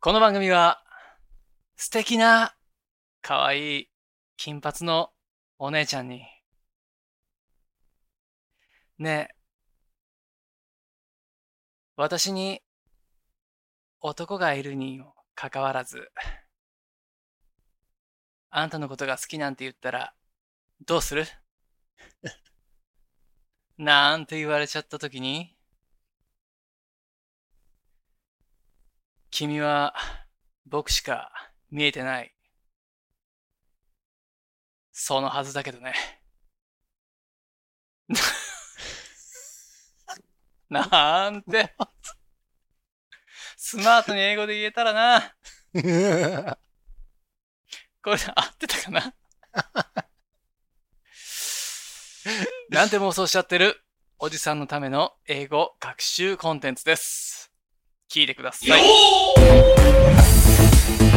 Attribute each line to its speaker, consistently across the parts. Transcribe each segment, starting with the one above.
Speaker 1: この番組は、素敵な、可愛い、金髪のお姉ちゃんに、ねえ、私に、男がいるにもかかわらず、あんたのことが好きなんて言ったら、どうする なんて言われちゃった時に、君は僕しか見えてない。そのはずだけどね。 なんて。スマートに英語で言えたらな。これ合ってたかな なんて妄想しちゃってるおじさんのための英語学習コンテンツです。聞いてください。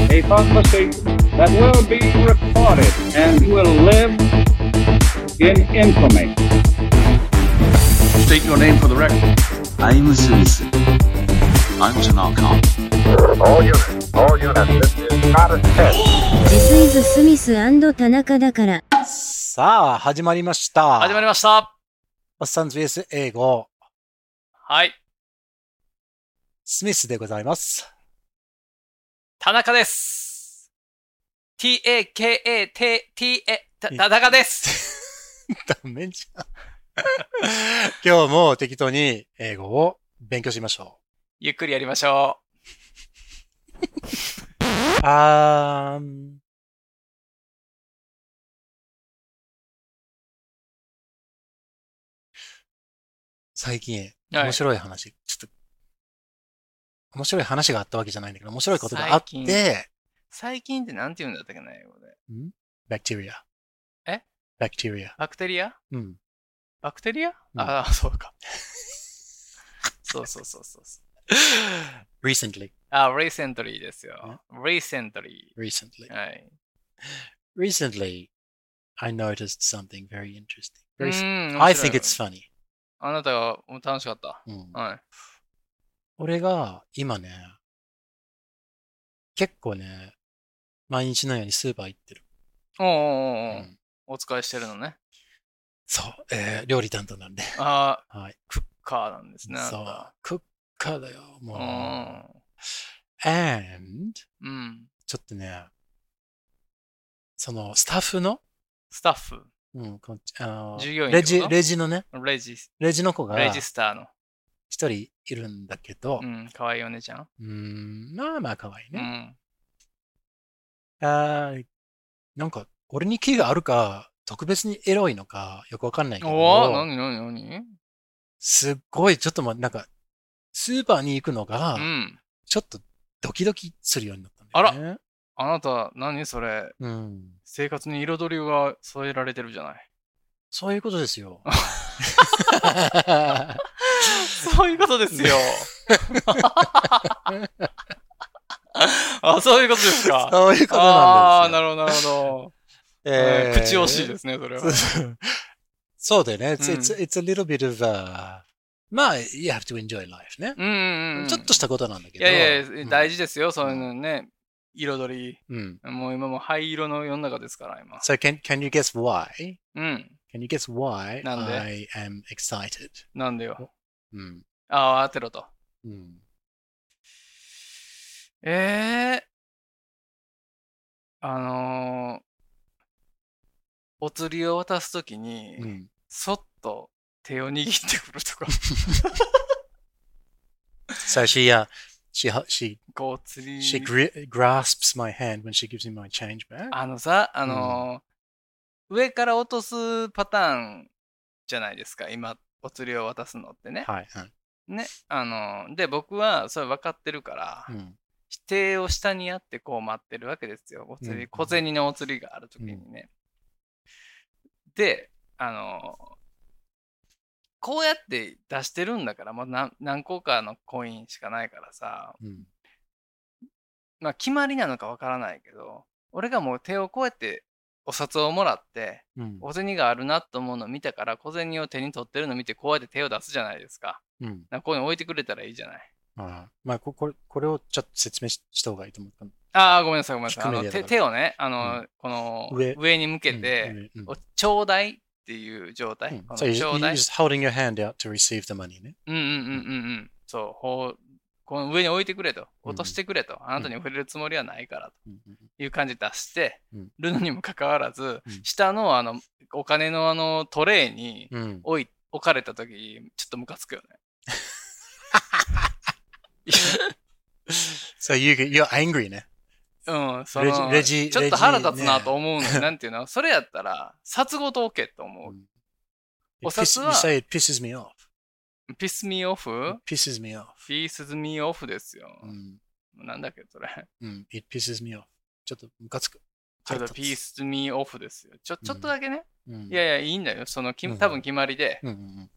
Speaker 2: a prophecy that will be recorded and will live in infamy.
Speaker 3: State your name for the record.
Speaker 4: I'm Smith. I'm Tanaka.
Speaker 5: All units, all units, this is not a test.
Speaker 6: ジスイズ・スミス田中だから。
Speaker 7: さあ、始まりました。
Speaker 1: 始まりました。
Speaker 7: おっさん VS 英語、
Speaker 1: はい。
Speaker 7: スミスでござい ます。
Speaker 1: 田中です。t-a-k-a, t, t-a, た田中です。
Speaker 7: ダメじゃん。今日も適当に英語を勉強しましょ
Speaker 1: ゆっくりやりましょ
Speaker 7: う。あーん。最近、
Speaker 1: う。はい
Speaker 7: 面白い話、ちょっと、面白い話があったわけじゃないんだけど、面白いことがあっ
Speaker 1: 最近
Speaker 7: て、
Speaker 1: 最近ってなんて言うんだったっけな、英語で。
Speaker 7: バクテリア。
Speaker 1: え
Speaker 7: バクテリ ア。
Speaker 1: バクテリア
Speaker 7: うん。
Speaker 1: バクテリア、
Speaker 7: ん
Speaker 1: ああ、そうか。 そうそうそうそうそう。
Speaker 7: recently,
Speaker 1: あ、recently ですよ。recently。
Speaker 7: recently.
Speaker 1: はい。
Speaker 7: Recently, I noticed something very interesting. Very s-
Speaker 1: うん
Speaker 7: I think it's。funny.
Speaker 1: 面白いあなたがもう楽しかった。
Speaker 7: うん
Speaker 1: はい。
Speaker 7: 俺が今ね、結構ね、毎日のようにスーパー行ってる。
Speaker 1: おうおうおうおう、
Speaker 7: うん
Speaker 1: お使いしてるのね。
Speaker 7: そう、えー料理担当なんで。
Speaker 1: ああ、
Speaker 7: はい。
Speaker 1: クッカーなんですね。あな
Speaker 7: そ
Speaker 1: た
Speaker 7: う、クッカーだよ、もう。And、
Speaker 1: うん。うん。
Speaker 7: ちょっとね、そのスタッフの、
Speaker 1: スタッフ、
Speaker 7: うん、こんあの
Speaker 1: 従業員
Speaker 7: レ
Speaker 1: ってこ
Speaker 7: ジ、
Speaker 1: と
Speaker 7: レジのね、
Speaker 1: レジ、
Speaker 7: レジの子が
Speaker 1: レジ
Speaker 7: 一
Speaker 1: スターの。
Speaker 7: 人いるんだけど
Speaker 1: う、ん、可愛いお姉ちゃん。
Speaker 7: うん、まあまあ可愛いね。
Speaker 1: うん。
Speaker 7: あーなんか、俺に気があるか、特別にエロいのか、よくわかんないけ
Speaker 1: おお、な
Speaker 7: ど、
Speaker 1: になになに
Speaker 7: すっごい、ちょっとま、なんか、スーパーに行くの
Speaker 1: う
Speaker 7: が、
Speaker 1: ん。
Speaker 7: ちょっとドキドキするようになったんだよね。
Speaker 1: あなた、何それ、
Speaker 7: あらうん。
Speaker 1: 生活に彩りが添えられてるじゃ ない。
Speaker 7: そういうことで すよ。
Speaker 1: そういうことです よ。あ、そういうことですか。
Speaker 7: そういうこと
Speaker 1: ああ
Speaker 7: なん
Speaker 1: ー、
Speaker 7: です
Speaker 1: な
Speaker 7: よ。
Speaker 1: るほど、なるほど。
Speaker 7: えー
Speaker 1: 口惜しいですね、それは。
Speaker 7: そうだよね。It's,
Speaker 1: うん
Speaker 7: it's, it's a little bit of a, まあ、you have to enjoy life ね。
Speaker 1: うんうんうん。
Speaker 7: ちょっとしたことなんだけ
Speaker 1: い
Speaker 7: ど。
Speaker 1: やいや、大
Speaker 7: 事。
Speaker 1: 事ですよ、そういうのね。彩り。
Speaker 7: うん。
Speaker 1: もう今もう灰色の世の中ですから、今。
Speaker 7: So can, can you guess why?
Speaker 1: うん。
Speaker 7: Can you guess why
Speaker 1: なんで
Speaker 7: I am excited?
Speaker 1: なんでよ。
Speaker 7: うん。
Speaker 1: ああ、当てろと。
Speaker 7: うん。
Speaker 1: ええあのーお釣りを渡すときに、
Speaker 7: うん。
Speaker 1: そっと手を握ってくると か、
Speaker 7: So she, uh, she, hu- she,
Speaker 1: こう釣り
Speaker 7: she gri- grasps my hand when she gives me my change back.
Speaker 1: あのさ、あのー上から落とすパターンじゃないですか、今、お釣りを渡すのってね。
Speaker 7: はい。はい
Speaker 1: ね。あのーで、僕はそれ分かってるから、
Speaker 7: うん。
Speaker 1: 指定を下にやってこう待ってるわけですよ。お釣り、
Speaker 7: うん
Speaker 1: 小銭のお釣りがあるときにね。で、あのーこうやって出してるんだから、まあ、何何個かのコインしかないからさ、
Speaker 7: うん。
Speaker 1: まあ、決まりなのかわからないけど、俺がもう手をこうやってお札をもらって、
Speaker 7: うん。
Speaker 1: 小銭があるなと思うのを見たから、小銭を手に取ってるのを見て、こうやって手を出すじゃないですか。
Speaker 7: うん。
Speaker 1: なんかこういうの置いてくれたらいいじゃない。
Speaker 7: うんまあ、ここれ、これをちょっと説明しした方がいいと思ったの。
Speaker 1: ああ、ごめんなさい、ごめんなさい。あ
Speaker 7: 低め
Speaker 1: の
Speaker 7: でやだ
Speaker 1: 手
Speaker 7: から
Speaker 1: 手をね、あの、
Speaker 7: うん
Speaker 1: この上
Speaker 7: 上
Speaker 1: に向けて、
Speaker 7: うん、うん
Speaker 1: おちょうだいっていう状態。
Speaker 7: うん
Speaker 1: この
Speaker 7: So you're
Speaker 1: ち
Speaker 7: just,
Speaker 1: ょう
Speaker 7: you're
Speaker 1: だい。
Speaker 7: just holding your hand out to receive the money ね。
Speaker 1: うんうんうんうんうん。そう、ほうこの上に置いてくれと、
Speaker 7: うん
Speaker 1: 落としてくれと、あなたに触れるつもりはないから
Speaker 7: うんうん
Speaker 1: という感じで出して、
Speaker 7: うん
Speaker 1: るのにもかかわらず、
Speaker 7: うん
Speaker 1: 下のあのお金のあのトレーに
Speaker 7: うん、
Speaker 1: 置い置かれたとき、ちょっとムカつくよね。
Speaker 7: so you, get- you're angry ね。
Speaker 1: うん、その
Speaker 7: レジレジ
Speaker 1: ちょっと腹立つな
Speaker 7: レジね
Speaker 1: と思うのよなんていうのそれやったら、札ごと置けと思
Speaker 7: It
Speaker 1: お札
Speaker 7: piss-
Speaker 1: は
Speaker 7: you say it pisses me off.
Speaker 1: う。ピスミオフ
Speaker 7: It pisses me off.
Speaker 1: ピースミオフですよ。
Speaker 7: うん
Speaker 1: なんだっけ、それ。
Speaker 7: うん、it pisses me off. ちょっとムカつく。
Speaker 1: ちょっとピースミオフですよ。ちょ、ちょっとだけね。
Speaker 7: うん。
Speaker 1: いやいや、いいんだよ。その、き
Speaker 7: うん
Speaker 1: 多分決まりで、
Speaker 7: うんうん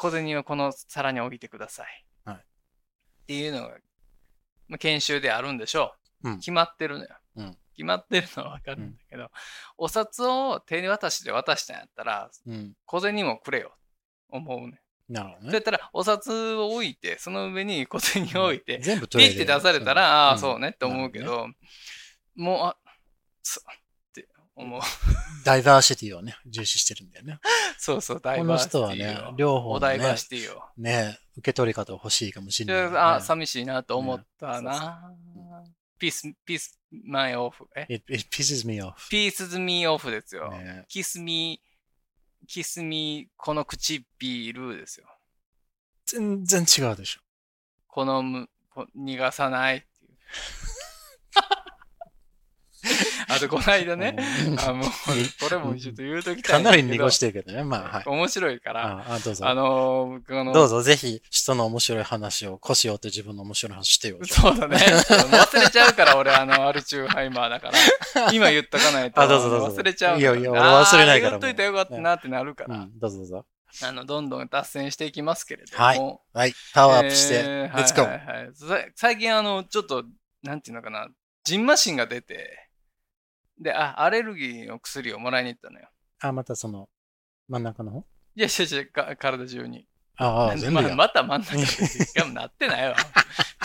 Speaker 1: 小銭はこの皿に置いてください。
Speaker 7: はい
Speaker 1: っていうのが、まあ、研修であるんでしょう。
Speaker 7: うん
Speaker 1: 決まってるのよ。
Speaker 7: うん
Speaker 1: 決まってるのはわかるんだけど、お札を手渡しで渡したんやったら、
Speaker 7: うん。うん。
Speaker 1: 小銭もくれよ。思うね。
Speaker 7: なるほ
Speaker 1: そ
Speaker 7: ど
Speaker 1: うや
Speaker 7: ね。
Speaker 1: ったら、お札を置いて、その上に小銭を置いて、
Speaker 7: 全部取
Speaker 1: ピ
Speaker 7: れ
Speaker 1: ッ
Speaker 7: る
Speaker 1: て出されたら、ああー、
Speaker 7: ん
Speaker 1: そうねって思うけ
Speaker 7: なるほ
Speaker 1: ど、もう、あ、そうって思う。
Speaker 7: ねダイバーシティをね、重視してるんだよね。
Speaker 1: そうそう、ダイ
Speaker 7: こ
Speaker 1: バ
Speaker 7: の
Speaker 1: ーシテ
Speaker 7: 人は
Speaker 1: ィ
Speaker 7: ね
Speaker 1: よ。、
Speaker 7: 両
Speaker 1: お
Speaker 7: 方の
Speaker 1: ダイバ
Speaker 7: ね
Speaker 1: ー、シティを。
Speaker 7: ね、受け取り方欲しいかもしれないよね。
Speaker 1: あ、寂しいなと思った
Speaker 7: ねそう
Speaker 1: な。ピース、ピース、前オフ。え
Speaker 7: It, it pisses me off.
Speaker 1: ピースズミオフですよ。
Speaker 7: ね
Speaker 1: キスミ、キスミ、この唇ですよ。
Speaker 7: 全然違うでしょ。
Speaker 1: このむ、こ逃がさないって いう。あと、この間ね、
Speaker 7: うん
Speaker 1: あもうこれもちょっと言うときた
Speaker 7: か
Speaker 1: い
Speaker 7: なり濁しててるけ どね。まあ、はい。
Speaker 1: 面白いから、
Speaker 7: ああどうぞ。
Speaker 1: あのー、僕あの、
Speaker 7: どうぞ、ぜひ、人の面白い話を、腰折って自分の面白い話してよ。
Speaker 1: そうだね。 忘れちゃうから、俺、あの、アルチューハイマーだ から、今言っとかないと、
Speaker 7: あどうぞどうぞ
Speaker 1: 忘れちゃうから。
Speaker 7: いやいや俺忘れないから
Speaker 1: あー言っといたらよかったなってなるか
Speaker 7: う
Speaker 1: ら、
Speaker 7: ん、どうぞどうぞ。
Speaker 1: あの、どんどん脱線していきますけれども。
Speaker 7: はいはい、パワーアップして、
Speaker 1: えー
Speaker 7: Let's go、
Speaker 1: はいはいはいさ最近、あの、ちょっと、なんていうのかな、ジンマシンが出て、で、あ、アレルギーの薬をもらいに行ったのよ。
Speaker 7: あ、またその、真ん中の方
Speaker 1: いや、違う違う、か体中に。
Speaker 7: ああ、
Speaker 1: なんで
Speaker 7: 全部
Speaker 1: ま
Speaker 7: や。
Speaker 1: また真ん中でしかもなって ないわ。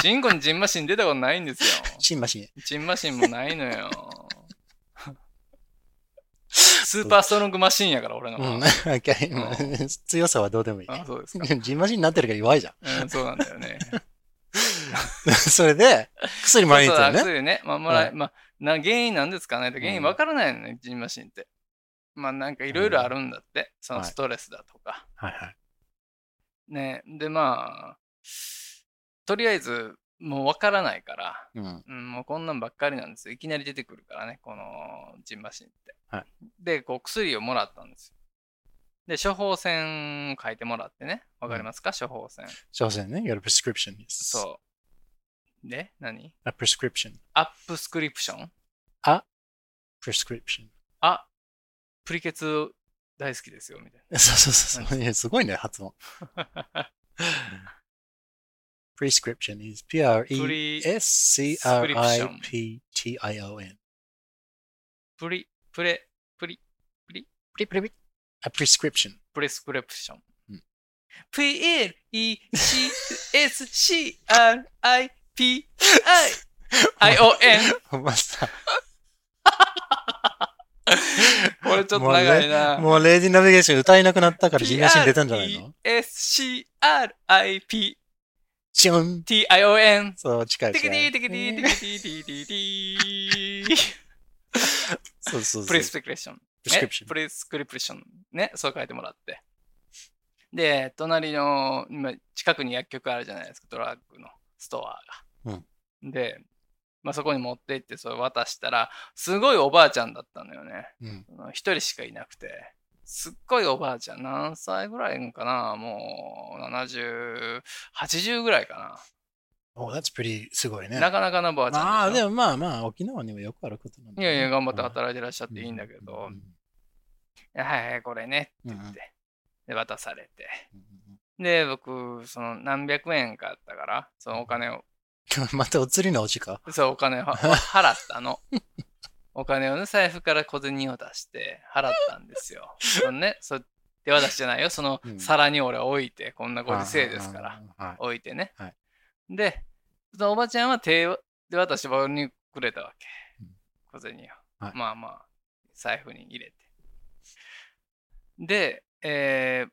Speaker 1: チンコにジンマシン出たことないんですよ。
Speaker 7: 新橋に。
Speaker 1: ジンマシンもないの よ。スーパーストロングマシンやから、俺の
Speaker 7: う
Speaker 1: は。
Speaker 7: ん、OK 強さはどうでもいい
Speaker 1: あ
Speaker 7: ね。
Speaker 1: そうですか。
Speaker 7: ジンマシンになってるから弱いじゃ
Speaker 1: うん、そうなんだよ ね。
Speaker 7: ん。 それで、薬もらいに行ったよ
Speaker 1: そう
Speaker 7: ね。
Speaker 1: だね。まあ、もらい、
Speaker 7: はい
Speaker 1: まあ、な原因なんですかね原因わからないのね、ジンマシンって。まあ、なんかいろいろあるんだって。その
Speaker 7: はい
Speaker 1: ストレスだとか。
Speaker 7: はいはい。
Speaker 1: ね。で、まあ、とりあえず、もうわからないから、
Speaker 7: うん。
Speaker 1: うん、もうこんなんばっかりなんですよ。いきなり出てくるからね、このジンマシンって。
Speaker 7: はい
Speaker 1: で、こう薬をもらったんですよ。で、処方箋を書いてもらってね。わかりますか、処方箋。
Speaker 7: 所詮ね、you got a prescription. Yes.
Speaker 1: そう。で、何
Speaker 7: A prescription.
Speaker 1: アップスクリプション
Speaker 7: prescription.
Speaker 1: あ、プリケツ大好きですよ、みたい
Speaker 7: そうそうそうそう。いやすごいね、発音。
Speaker 1: な。
Speaker 7: prescription is
Speaker 1: プリ
Speaker 7: P-R-E-S-C-R-I-P-T-I-O-N.
Speaker 1: プリ、プレ、プリ、
Speaker 7: A prescription.
Speaker 1: プレスクリプション
Speaker 7: うん。
Speaker 1: P-L-E-C-S-C-R-I-P-I-I-O-N
Speaker 7: お前さ、
Speaker 1: これちょっと長いな。
Speaker 7: もうレディナビゲーション歌えなくなったからジンガシン出たんじゃないの
Speaker 1: ?SCRIPTION。
Speaker 7: チュンそう、近い
Speaker 1: テ
Speaker 7: 近
Speaker 1: キティテ
Speaker 7: い。
Speaker 1: キティテキティティティティ。
Speaker 7: そうそう
Speaker 1: プ
Speaker 7: そう
Speaker 1: レ。スクリプション。
Speaker 7: prescription
Speaker 1: ねプレスクリプション。ね、そう書いてもらって。で、隣の、今、近くに薬局あるじゃないですか、ドラッグのストアが。で、まあ、そこに持って行って、それ渡したら、すごいおばあちゃんだったのよね。
Speaker 7: うん。
Speaker 1: その一人しかいなくて、すっごいおばあちゃん、何歳ぐらいかなもう、70、80ぐらいか
Speaker 7: Oh, that's pretty すごい
Speaker 1: な。
Speaker 7: ね。
Speaker 1: なかなかなおばあちゃん
Speaker 7: ああ、
Speaker 1: でし
Speaker 7: でもまあまあ、沖縄にもよくあることなん
Speaker 1: ょ。
Speaker 7: だ
Speaker 1: い
Speaker 7: ね。
Speaker 1: やいや、頑張って
Speaker 7: っ
Speaker 1: 働いてらっしゃっていいんだけど、いやはいはい、これね、って言って、
Speaker 7: うんうん
Speaker 1: で、渡されて。で、僕、その何百円かあったから、そのお金を、
Speaker 7: またお釣りのお時か。
Speaker 1: そう、お 金をは払ったの。お金をね、財布から小銭を出して払ったんですよ。そのね、そ手渡しじゃないよ、その
Speaker 7: うん
Speaker 1: 皿に俺は置いて、こんなご時世ですから、
Speaker 7: ら。はい。
Speaker 1: 置いてね。
Speaker 7: はい
Speaker 1: で、そのおばちゃんは手で渡して僕にくれたわけ
Speaker 7: うん。
Speaker 1: 小銭を。
Speaker 7: はい
Speaker 1: まあまあ、財布に入れて。で、えー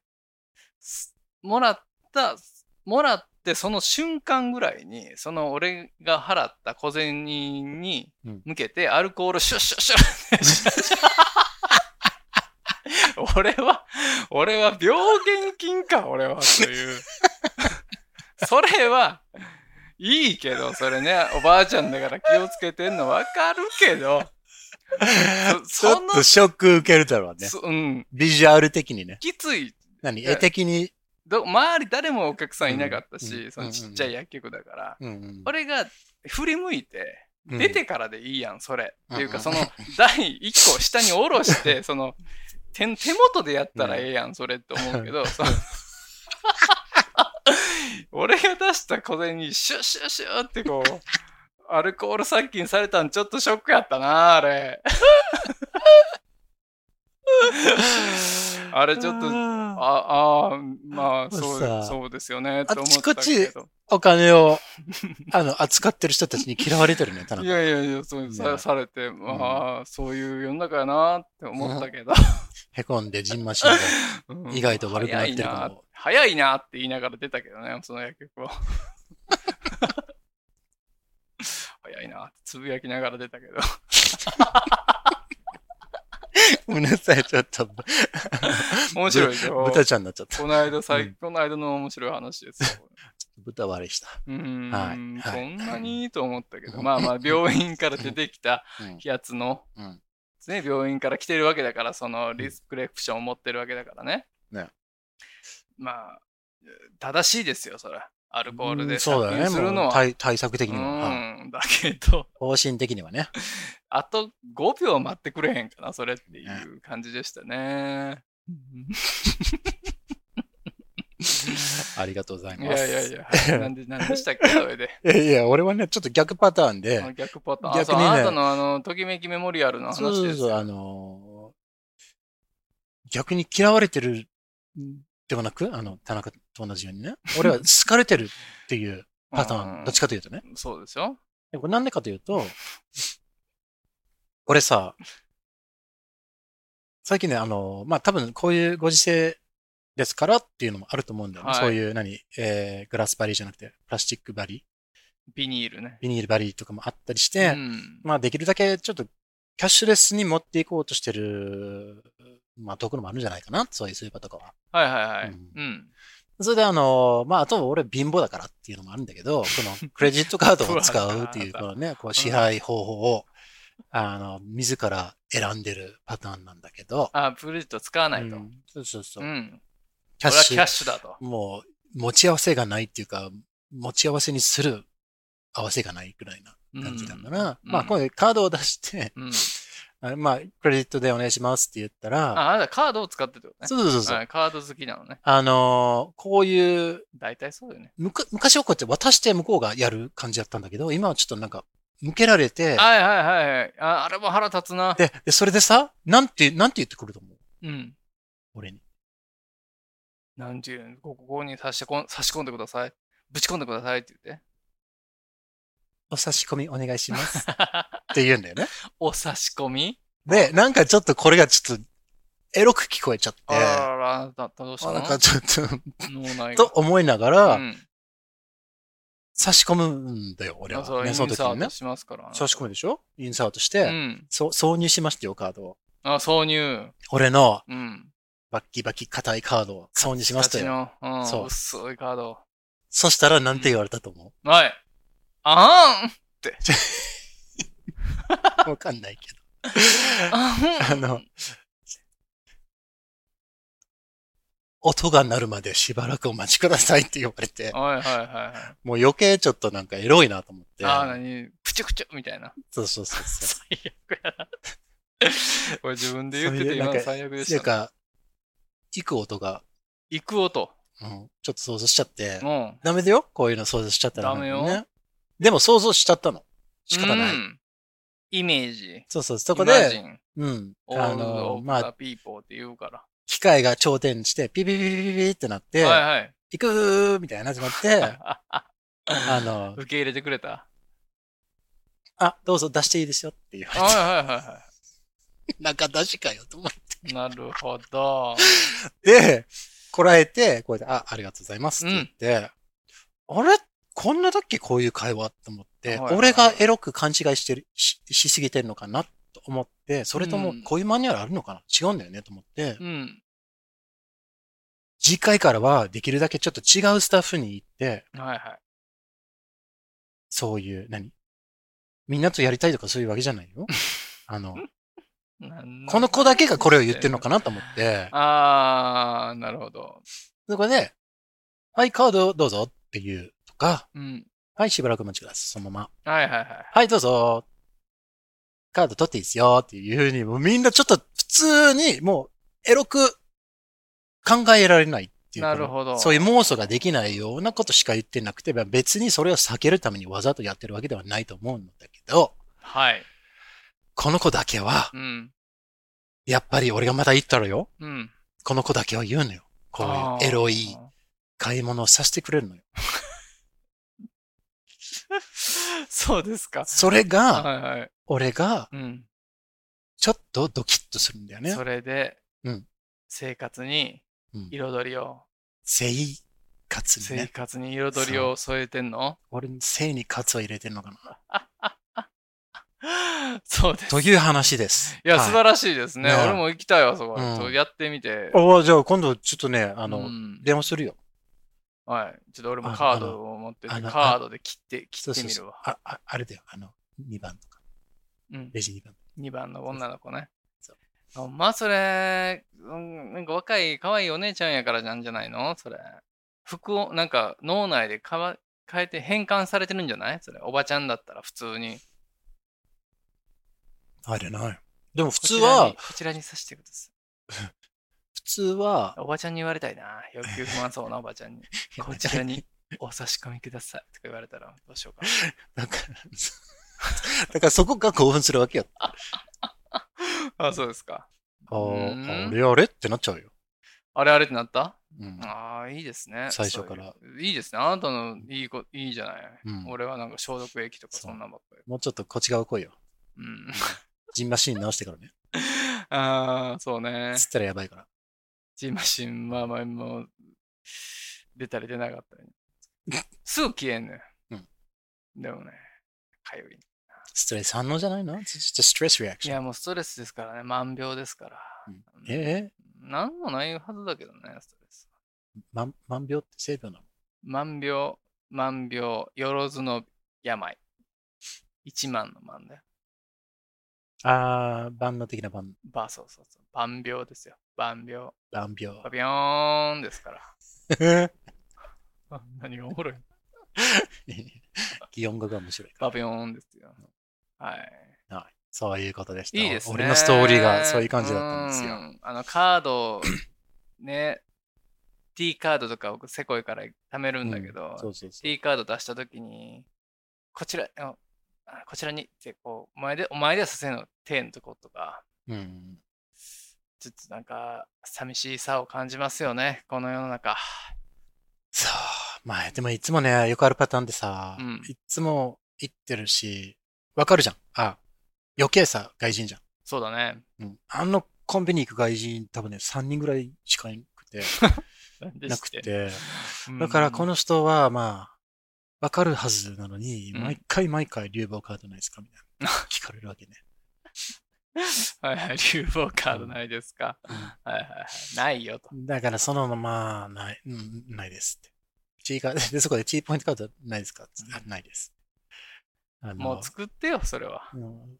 Speaker 1: すもらった、もらってその瞬間ぐらいに、その俺が払った小銭に
Speaker 7: うん
Speaker 1: 向けてアルコールシュッシュッシュッってシュッシュ ッ俺は、俺は病原菌か、俺は、という。それは、いいけど、それね、おばあちゃんだから気をつけてんのわかるけど、
Speaker 7: ちょっとショック受けるだろうね。
Speaker 1: そうん、
Speaker 7: ビジュアル的にね。
Speaker 1: きつい。
Speaker 7: 何絵的に。
Speaker 1: ど周り誰もお客さんいなかったし、
Speaker 7: うん
Speaker 1: そのちっちゃい薬局だから、
Speaker 7: うん
Speaker 1: 俺が振り向いて、
Speaker 7: うん
Speaker 1: 出てからでいいやん、それ。
Speaker 7: うん
Speaker 1: っていう
Speaker 7: う
Speaker 1: か、
Speaker 7: ん
Speaker 1: その第1個下に下ろ して、その手手元でやったらええやん、それって思うけど、その 俺が出した小銭にシュッシュッシュッってこう、アルコール殺菌されたんちょっとショックやったな、あ れ。あれちょっと、
Speaker 7: あ
Speaker 1: ああー、まあ、そ
Speaker 7: さ
Speaker 1: うそうですよね、と思ったけど。
Speaker 7: あっちこっちーお 金を、あの、扱ってる人たちに嫌われてるね、田
Speaker 1: い
Speaker 7: 中。
Speaker 1: やいやいや、そう
Speaker 7: ね
Speaker 1: さされて、まあ、そういう世の中やなって思ったけど、
Speaker 7: へこんで、じんましんで。
Speaker 1: うん
Speaker 7: 意外と悪くなってる
Speaker 1: 早い
Speaker 7: かも
Speaker 1: な早いなって言いながら出たけどね、その薬局を。 早いなってつぶやきながら出たけど。
Speaker 7: ごめんなさい、ちょっと。
Speaker 1: 面白いでしょ
Speaker 7: 豚ちゃんになっちゃった。
Speaker 1: この間、さい
Speaker 7: うん
Speaker 1: この間の面白い話ですよ。
Speaker 7: 豚割れした。
Speaker 1: うーん、
Speaker 7: はいはい
Speaker 1: こんなにいいと思ったけど、まあまあ、病院から出てきた
Speaker 7: うん
Speaker 1: やつの、
Speaker 7: うん
Speaker 1: ね、病院から来てるわけだから、そのリスクレプションを持ってるわけだからね。
Speaker 7: ね
Speaker 1: まあ、正しいですよ、それ。アルコール
Speaker 7: う
Speaker 1: で
Speaker 7: んそうだよ
Speaker 1: 殺菌する
Speaker 7: ね。
Speaker 1: の
Speaker 7: もう
Speaker 1: は。
Speaker 7: 対対策的にも。はい
Speaker 1: うん、だけど、
Speaker 7: 方針的にはね。
Speaker 1: あと5秒待ってくれへんかな、それっていう感じでしたね。
Speaker 7: ありがとうござい
Speaker 1: い
Speaker 7: ます。
Speaker 1: やいやいや、なんで、なんでしたっけ、それ で。
Speaker 7: いやいや、俺はね、ちょっと逆パターンで、
Speaker 1: あ逆パターン。あ
Speaker 7: 逆
Speaker 1: そう
Speaker 7: にね
Speaker 1: あなたのあの、ときめきメモリアルの話
Speaker 7: そうそう
Speaker 1: です
Speaker 7: そう
Speaker 1: よ。
Speaker 7: あのー逆に嫌われてるではなく、あの、田中と同じようにね、俺は好かれてるって いうパターン、どっち
Speaker 1: か。
Speaker 7: かというとね。
Speaker 1: そうですよ。
Speaker 7: でこれなんでかというと、俺さ、最近ね、あの、まあ、多分こういうご時世ですからっていうのもあると思うんだよね。
Speaker 1: はい
Speaker 7: そういう、何、えー、グラスバリーじゃなくて、プラスチックバリ
Speaker 1: ビニールね
Speaker 7: ー、。ビニールバリーとかもあったりして、
Speaker 1: うん
Speaker 7: まあできるだけちょっとキャッシュレスに持っていこうとしてる、まあところもあるんじゃないかな、そういうスーパーとかは。
Speaker 1: はいはいはい。
Speaker 7: う
Speaker 1: うんん。
Speaker 7: それであの、まああと俺貧乏だからっていうのもあるんだけど、このクレジットカードを使うって いう、このね、こう支配方法を、あの、自ら選んでるパターンなんだけど、
Speaker 1: あ、プレジット使わないと。
Speaker 7: う
Speaker 1: うん
Speaker 7: そうそうそう、
Speaker 1: ん。こ
Speaker 7: キャッ
Speaker 1: れは
Speaker 7: シ
Speaker 1: キ
Speaker 7: ュ
Speaker 1: ャッシュだと。
Speaker 7: もう持ち合わせがないっていうか、持ち合わせにする合わせがないくらいな感じなんだな。
Speaker 1: うん
Speaker 7: まあ
Speaker 1: うん
Speaker 7: これカードを出して、
Speaker 1: うん。
Speaker 7: あまあ、クレジットでお願いしますって言ったら、
Speaker 1: あ、あなたカードを使ってってことね。
Speaker 7: そうそうそうそう、
Speaker 1: はいカード好きなのね。
Speaker 7: あのーこういう、
Speaker 1: 大体そうよね。
Speaker 7: むか昔はこうやって渡して向こうがやる感じだったんだけど、今はちょっとなんか、向けられて、
Speaker 1: はいはいはいはい。あ、あれも腹立つな。
Speaker 7: で、でそれでさ、なんて、なんて言ってくると思う
Speaker 1: うん。
Speaker 7: 俺に。
Speaker 1: なんていうのここここに差しこん差し込んでください。ぶち込んでくださいって言って。
Speaker 7: お差し込みお願い します。って言うんだよね。
Speaker 1: お差し込み
Speaker 7: で、なんかちょっとこれがちょっと、エロく聞こえちゃって、
Speaker 1: あららら、あなたどうした
Speaker 7: あ
Speaker 1: の
Speaker 7: なんかちょっ
Speaker 1: 脳内
Speaker 7: と、
Speaker 1: が
Speaker 7: と。思いながら、
Speaker 1: うん
Speaker 7: 差し込むんだよ、俺
Speaker 1: あそ
Speaker 7: は。
Speaker 1: う、イ
Speaker 7: ね、
Speaker 1: ン
Speaker 7: そ
Speaker 1: サ
Speaker 7: の時に
Speaker 1: ー
Speaker 7: ね
Speaker 1: ト。しますから。
Speaker 7: 差し込むでしょインサートし
Speaker 1: う
Speaker 7: て、
Speaker 1: ん。
Speaker 7: そう挿入しましたよ、カードを。
Speaker 1: あ、挿入。
Speaker 7: 俺の
Speaker 1: うん。
Speaker 7: バッキバキ硬いカードを挿入しました
Speaker 1: 形
Speaker 7: よ。
Speaker 1: の、うん。
Speaker 7: そう
Speaker 1: 薄いカード。
Speaker 7: そしたらなんて言われたと思
Speaker 1: はい。あん
Speaker 7: うわかんないけど。
Speaker 1: あ
Speaker 7: あ
Speaker 1: ん
Speaker 7: の、音が鳴るまでしばらくお待ちくださいって言われて、
Speaker 1: はいはいはいは
Speaker 7: もう余計ちょっとなんかエロいなと思っ
Speaker 1: い。
Speaker 7: て。
Speaker 1: ああ、なに、プチュクチュみたいな。
Speaker 7: そうそうそうそ
Speaker 1: 最悪やな。これ自分で言って
Speaker 7: そう
Speaker 1: て
Speaker 7: いうなん
Speaker 1: 今
Speaker 7: か
Speaker 1: の最悪
Speaker 7: う。
Speaker 1: で
Speaker 7: て
Speaker 1: し
Speaker 7: いう
Speaker 1: たね。
Speaker 7: か、行く音が、
Speaker 1: 行く音。
Speaker 7: うん、ちょっと想像しちゃって
Speaker 1: う、ん。
Speaker 7: ダメだよこういうの想像しちゃったら、
Speaker 1: ダメよ
Speaker 7: ね。でも想像しちゃったの。仕方ない。
Speaker 1: うんイメージ。
Speaker 7: そうそう、そ
Speaker 1: そ
Speaker 7: こで、うん。あの、まあ、
Speaker 1: ピーポーって言うから。
Speaker 7: 機械が頂点して、ピピピピピピってなって、
Speaker 1: はいはい。
Speaker 7: 行くーみたいな始まって、あの、
Speaker 1: 受け入れてくれ た。
Speaker 7: あ、どうぞ出していいですよって言われ
Speaker 1: はいはいはいは
Speaker 7: て、中出しかよと思って。
Speaker 1: い。なるほど。
Speaker 7: で、こらえて、こうやって、あ、ありがとうございますって言って、あれこんな時こういう会話と思って、
Speaker 1: はいはい
Speaker 7: 俺がエロく勘違いしてるし、しすぎてるのかなと思って、それとも
Speaker 1: うん
Speaker 7: こういうマニュアルあるのかな違うんだよねと思って、
Speaker 1: うん。
Speaker 7: 次回からはできるだけちょっと違うスタッフに行って、
Speaker 1: はいはい。
Speaker 7: そういう、何みんなとやりたいとかそういうわけじゃない よ。あの、
Speaker 1: なんだ
Speaker 7: この子だけがこれを言ってるのかなと思 って、
Speaker 1: あー、なるほど。
Speaker 7: そこで、はい、カードどうぞっていうとか、
Speaker 1: うん。
Speaker 7: はい、しばらくお待ちください、そのまま。
Speaker 1: はいはいはい。
Speaker 7: はい、どうぞ。カード取っていいですよっていうふうに、もうみんなちょっと普通にもうエロく考えられないっていうか。
Speaker 1: なるほど
Speaker 7: そういう妄想ができないようなことしか言ってなくて、まあ別にそれを避けるためにわざとやってるわけではないと思うんだけど、
Speaker 1: はい。
Speaker 7: この子だけは
Speaker 1: う、ん。
Speaker 7: やっぱり俺がまた言ったらよ、
Speaker 1: うん。
Speaker 7: この子だけは言うのよ。こ
Speaker 1: あ
Speaker 7: う
Speaker 1: ー
Speaker 7: いうエロい。買い物をさせてくれるのよ。
Speaker 1: そうですか。
Speaker 7: それが、
Speaker 1: はいはい。
Speaker 7: 俺が
Speaker 1: うん。
Speaker 7: ちょっとドキッとするんだよね
Speaker 1: そ。れで
Speaker 7: うん、
Speaker 1: 生活に
Speaker 7: うん
Speaker 1: 彩りを、
Speaker 7: 生活に
Speaker 1: 生
Speaker 7: ね。
Speaker 1: 活に彩りを添えてんの
Speaker 7: 俺に性に活を入れてるのかな。
Speaker 1: そうです。
Speaker 7: という話です。
Speaker 1: いや、
Speaker 7: はい
Speaker 1: 素晴らしいですね。
Speaker 7: ねえ
Speaker 1: 俺も行きたいわ、そこ。
Speaker 7: うん
Speaker 1: ちょっとやってみて。
Speaker 7: おーじゃあ今度ちょっとね、あ
Speaker 1: あ
Speaker 7: の、
Speaker 1: うん、
Speaker 7: 電話するよ。
Speaker 1: はい。ちょっと俺も
Speaker 7: あ
Speaker 1: カードを持ってて、カ
Speaker 7: あの
Speaker 1: ードで切って、切
Speaker 7: そう
Speaker 1: って
Speaker 7: そう
Speaker 1: み
Speaker 7: そ
Speaker 1: る
Speaker 7: う
Speaker 1: わ。
Speaker 7: あ、ああれだよ。あの、2番とか、
Speaker 1: うん。
Speaker 7: レジ2番。
Speaker 1: 2番の女の子ね
Speaker 7: そ。
Speaker 1: あまあ、それ、うん、なんか若い、可愛いお姉ちゃんやからなんじゃないのそれ。服を、なんか脳内でかわ変えて変換されてるんじゃないそれ。おばちゃんだったら普通に。
Speaker 7: あれない。でも普
Speaker 1: 普
Speaker 7: 通は
Speaker 1: こ、ちらにさせてくださ。、
Speaker 7: 普通はい
Speaker 1: おばちゃんに言われたいな。欲求不満そうなおばちゃ んに。こちらにお差し込みください。とか言われたらどうしようかな。
Speaker 7: なんか、 だからそこが興奮するわけよ。
Speaker 1: あ、そうですか。
Speaker 7: あー
Speaker 1: ん
Speaker 7: あれあれってなっちゃうよ。
Speaker 1: あれあれってなった
Speaker 7: うん。
Speaker 1: ああ、いいですね。
Speaker 7: 最初から
Speaker 1: そういう。いいですね。あなたのいいこいいじゃない。
Speaker 7: うん
Speaker 1: 俺はなんか消毒液とか
Speaker 7: そう
Speaker 1: そんなんばっかり。
Speaker 7: もうちょっとこっち側来いよ。
Speaker 1: うん。
Speaker 7: ジンマシーン直してからね。
Speaker 1: ああ、そうね。
Speaker 7: つったらやばいから。
Speaker 1: ジンマシン、まあまあ、もう、出たり出なかったり。すぐ消えんねん。
Speaker 7: うん
Speaker 1: でもね、かゆい。
Speaker 7: ストレス反応じゃないの It's just a stress
Speaker 1: い
Speaker 7: reaction.
Speaker 1: や、もうストレスですからね。万病ですから。
Speaker 7: うんえ
Speaker 1: なんもないはずだけどね、ストレス。
Speaker 7: ー、万万病って成分なの
Speaker 1: 万病、万病、よろずの病。一万の万だよ。
Speaker 7: あー、万能的な万、
Speaker 1: ば、そうそうそう。万病ですよ。万病。
Speaker 7: 万病。
Speaker 1: パビヨーンですから。あ 何がおもろい
Speaker 7: 擬音語が面白いから
Speaker 1: パビヨーンですよ。はい。
Speaker 7: はい。そういうことでした。
Speaker 1: いいですね。
Speaker 7: 俺のストーリーがそういう感じだったんです
Speaker 1: う
Speaker 7: よ。
Speaker 1: んあの、カード、 ね、T カードとか僕、せこいから貯めるんだけど、
Speaker 7: そうそうそう。
Speaker 1: T カード出したときに、こちら、ああこちらにって、こう、お前で、お前ではさせんの、手のとことか、
Speaker 7: うん。
Speaker 1: ちょっとなんか、寂しさを感じますよね、この世の中。
Speaker 7: そう。まあ、でもいつもね、よくあるパターンでさ、
Speaker 1: うん
Speaker 7: いつも言ってるし、わかるじゃん。あ、余計さ、外人じゃ
Speaker 1: そうだね。
Speaker 7: ん。うん。あのコンビニ行く外人、多分ね、3人ぐらいしかいなくて、なくて。だから、こ
Speaker 1: の、
Speaker 7: の人は、まあ、わかるはずなのに、
Speaker 1: うん
Speaker 7: 毎回毎回流暴カードないですかみたい な。聞かれるわけね。
Speaker 1: はいはい、流暴カードないですか。
Speaker 7: うん
Speaker 1: はいはいはい。ないよと。
Speaker 7: だからそのまま、ない、うん、ないですって。チーカー で、そこでチーポイントカードないですかつってあないです。あ
Speaker 1: もう作ってよ、それは。
Speaker 7: うん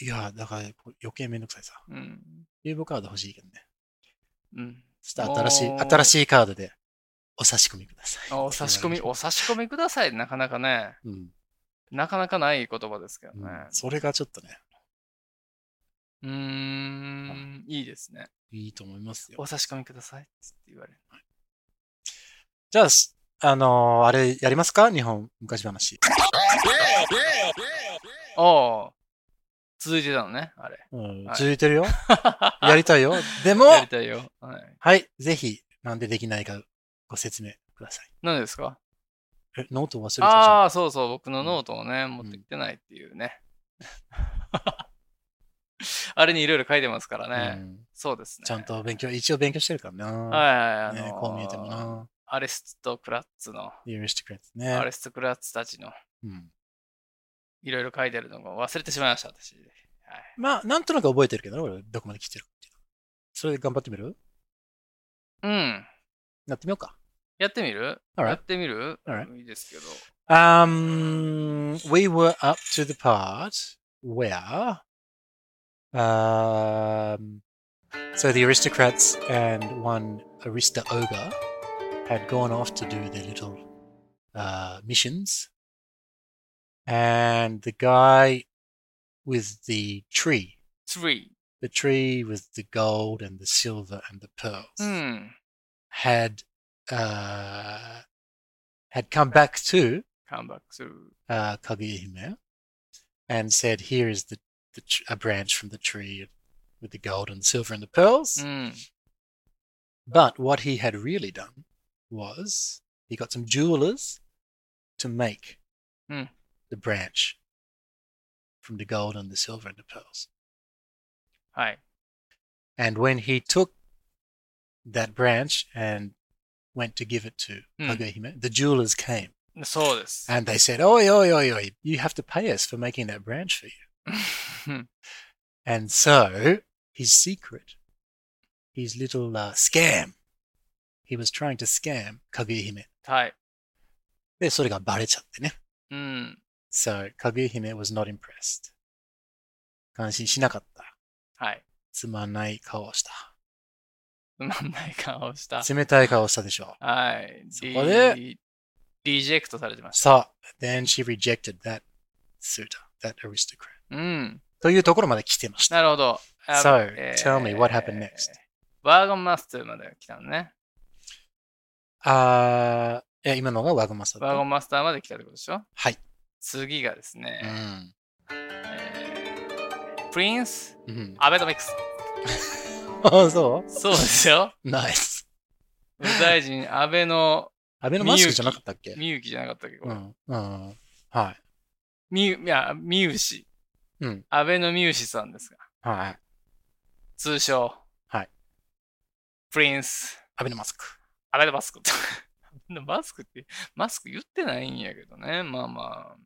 Speaker 7: いや、だからこう余計めんどくさいさ。
Speaker 1: うん。
Speaker 7: リーボカード欲しいけどね。
Speaker 1: うん。
Speaker 7: そしたら新しい、
Speaker 1: おー
Speaker 7: 新しいカードでお差し込みください。
Speaker 1: お差し込み、お差し込みください。なかなかね、
Speaker 7: うん。
Speaker 1: なかなかない言葉ですけど
Speaker 7: う
Speaker 1: ね。
Speaker 7: ん。それがちょっとね、
Speaker 1: うーん、いいですね。
Speaker 7: いいと思いますよ
Speaker 1: お。差し込みください。つって言われる。
Speaker 7: じゃあ、しあのーあれやりますか日本昔話。
Speaker 1: おー続いてたのね、あれ。
Speaker 7: うん
Speaker 1: はい
Speaker 7: 続いてるよ。やりた いよ。で も、
Speaker 1: やりたいよ。はい。
Speaker 7: はい、ぜひ、なんでできないかご説明ください。
Speaker 1: 何ですか
Speaker 7: えノート忘れてたじゃん。
Speaker 1: ああ、そうそう、僕のノートをね、持ってきてないっていうね。 あれにいろいろ書いてますからね。
Speaker 7: うん
Speaker 1: そうですね。
Speaker 7: ちゃん。と勉強、一応勉強してるからな。
Speaker 1: はいはい、あのー
Speaker 7: ね、こう見えてもな。
Speaker 1: アレストクラッツの、
Speaker 7: ユーリスティクレッツ
Speaker 1: アレ
Speaker 7: ね。
Speaker 1: ストクラッツたちの
Speaker 7: うん
Speaker 1: いろいろ書いてるのが忘れてしまいました、私。はい、
Speaker 7: まあ、なんとなく覚えてるけどね、俺、どこまで来てるかっていうのそれで頑張ってみる
Speaker 1: うん。
Speaker 7: やってみようか。
Speaker 1: やってみる
Speaker 7: Alright.
Speaker 1: やってみる、
Speaker 7: Alright.
Speaker 1: いいですけど。
Speaker 7: Um, we were up to the part where, um, so the aristocrats and one arista ogre had gone off to do their little uh, missions, and the guy with the tree,
Speaker 1: Three.
Speaker 7: the tree with the gold and the silver and the pearls,
Speaker 1: うん。
Speaker 7: had uh, had come back to
Speaker 1: カムバックする。
Speaker 7: uh, Kaguya-hime and said, "Here is the, the tr- a branch from the tree with the gold and silver and the pearls."
Speaker 1: うん。
Speaker 7: But what he had really done was he got some jewelers to make
Speaker 1: Mm.
Speaker 7: the branch from the gold and the silver and the pearls.
Speaker 1: はい。
Speaker 7: And when he took that branch and went to give it to
Speaker 1: Mm.
Speaker 7: Kaguya-hime, the jewelers came
Speaker 1: そうです。
Speaker 7: and they said, "Oi, oi, oi, oi! You have to pay us for making that branch for you."
Speaker 1: うん。
Speaker 7: And so his secret, his little uh, scam, he was trying to scam Kaguya-hime.
Speaker 1: はい。
Speaker 7: で、それがバレちゃってね。
Speaker 1: うん。
Speaker 7: So Kaguya-hime was not impressed. 感心しなかった。
Speaker 1: はい。
Speaker 7: つまんない顔をし
Speaker 1: つまんない顔をした
Speaker 7: た。。冷たい顔をしたでしょう。
Speaker 1: はい。
Speaker 7: そこで
Speaker 1: リ、リジェクトされてまし
Speaker 7: さあ、then she rejected that suitor, that aristocrat.
Speaker 1: た。うん。
Speaker 7: というところまで来てました。
Speaker 1: なるほど。あ
Speaker 7: So,
Speaker 1: えー
Speaker 7: tell me what happened next.
Speaker 1: バーガンマスターまで来たのね。
Speaker 7: あー、え Uh, 今のがワグマスだ
Speaker 1: バーガ
Speaker 7: っ
Speaker 1: ンマスターまで来たってことでしょ
Speaker 7: はい。
Speaker 1: 次がですね、
Speaker 7: た。うん。
Speaker 1: プリンス・
Speaker 7: うん。
Speaker 1: アベノミクス。
Speaker 7: あ、 そ
Speaker 1: そうですよ。
Speaker 7: うナイス。
Speaker 1: 大臣、安倍の
Speaker 7: アベノマスクじゃなかったっけ
Speaker 1: みゆきじゃなかったっけど、
Speaker 7: うん。うん。はい。
Speaker 1: みゆ、いや、みゆし。
Speaker 7: うん。
Speaker 1: 安倍のみゆしさんですが、
Speaker 7: はい。
Speaker 1: 通称。
Speaker 7: はい。
Speaker 1: プリンス・
Speaker 7: アベノマスク。
Speaker 1: アベノマスク。 マスクって、マスク言ってないんやけどね。まあまあ。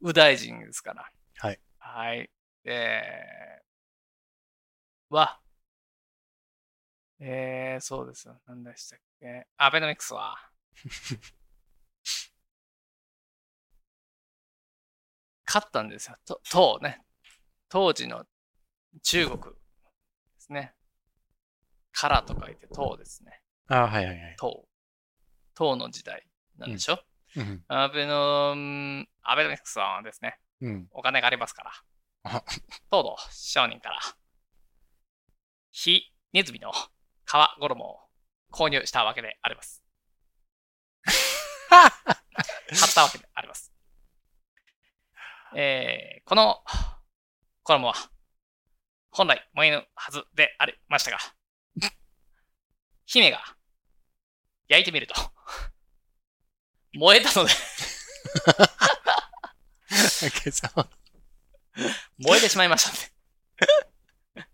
Speaker 1: 右大臣ですから。
Speaker 7: はい。
Speaker 1: はい。えー、は、えー、そうですよ。何でしたっけ。アベノミクスは、 勝ったんですよ。と党ね。当時の中国ですね。からと書いて党ですね。
Speaker 7: あはいはいはい。
Speaker 1: 党。党の時代なんでしょ、
Speaker 7: うん。
Speaker 1: 安倍の、うん安倍のクさんですね。
Speaker 7: うん。
Speaker 1: お金がありますから
Speaker 7: あ。
Speaker 1: 東堂商人から、非ネズミの皮衣を購入したわけであります。買ったわけであります。えーこの衣は、本来燃えぬはずでありましたが、姫が焼いてみると、燃えたので、
Speaker 7: Okay, so-
Speaker 1: 燃えてしまいましたので